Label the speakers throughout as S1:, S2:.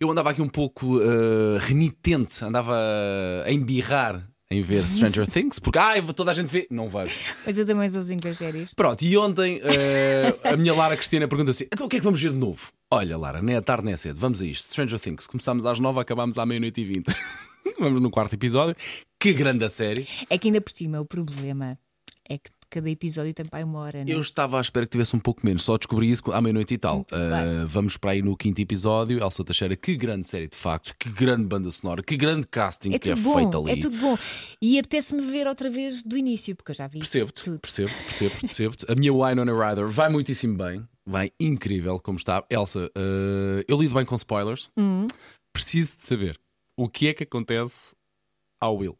S1: Eu andava aqui um pouco eh, renitente, andava a embirrar em ver Stranger Things, porque ai, toda a gente vê. Não vejo.
S2: Mas eu também sou com as séries.
S1: Pronto, e ontem eh, a minha Lara Cristina pergunta assim: então o que é que vamos ver de novo? Olha, Lara, nem é tarde nem é cedo, vamos a isto. Stranger Things, começámos às nove, acabámos à meia-noite e vinte. vamos no quarto episódio. Que grande a série.
S2: É que ainda por cima o problema é que cada episódio tem para aí uma hora, não é?
S1: Eu estava à espera que tivesse um pouco menos, só descobri isso à meia-noite e tal.
S2: Pois claro.
S1: Ah, vamos para aí no quinto episódio. Elsa Teixeira, que grande série de facto, que grande banda sonora, que grande casting
S2: É
S1: que é
S2: tudo bom,
S1: feito ali.
S2: é tudo bom. E apetece-me ver outra vez do início, porque eu já vi
S1: Percebo-te,
S2: tudo.
S1: percebo-te, percebo-te, percebo-te. A minha Wine on a Rider vai muitíssimo bem, vai incrível como está. Elsa, ah, eu lido bem com spoilers,
S2: Hum.
S1: preciso de saber o que é que acontece ao Will.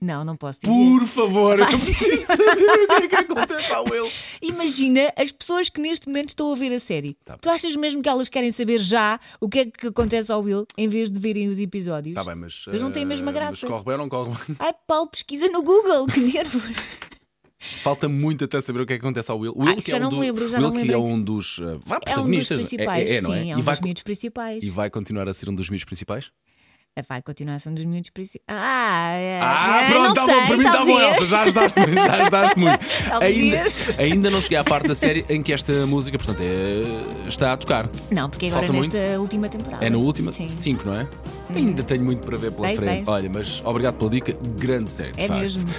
S2: Não, não posso dizer.
S1: Por favor, eu preciso saber o que é que acontece ao Will.
S2: Imagina as pessoas que neste momento estão a ver a série.
S1: Tá
S2: tu achas mesmo que elas querem saber já o que é que acontece ao Will em vez de verem os episódios?
S1: Tá bem, mas.
S2: Mas não tem a mesma
S1: ah, Mas
S2: graça.
S1: corre bem ou não corre bem?
S2: Ai, Paulo, pesquisa no Google, que nervos.
S1: Falta muito até saber o que é que acontece ao Will. Will
S2: Ah, isso
S1: que
S2: já
S1: é um
S2: não me
S1: do-
S2: lembro, já
S1: Will
S2: não me
S1: que é
S2: lembro.
S1: um dos, uh, vá,
S2: É um dos
S1: protagonistas.
S2: principais,
S1: não é?
S2: sim, é
S1: e,
S2: um
S1: vai,
S2: dos miúdos principais.
S1: e vai continuar a ser um dos miúdos principais?
S2: Vai continuar sendo um dos miúdos principais. Ah, é,
S1: Ah,
S2: é,
S1: pronto,
S2: não
S1: tá
S2: sei,
S1: bom, para mim está bom,
S2: talvez.
S1: Elsa, já ajudaste muito, já ajudaste muito. ainda,
S2: Talvez.
S1: ainda não cheguei à parte da série em que esta música, portanto, é- está a tocar.
S2: Não, porque agora
S1: Falta
S2: nesta última temporada.
S1: É na última?
S2: Sim. Uhum.
S1: 5, não é? Ainda tenho muito para ver pela
S2: Tens,
S1: frente.
S2: tens.
S1: Olha, mas obrigado pela dica, grande série. de
S2: É
S1: facto.
S2: mesmo.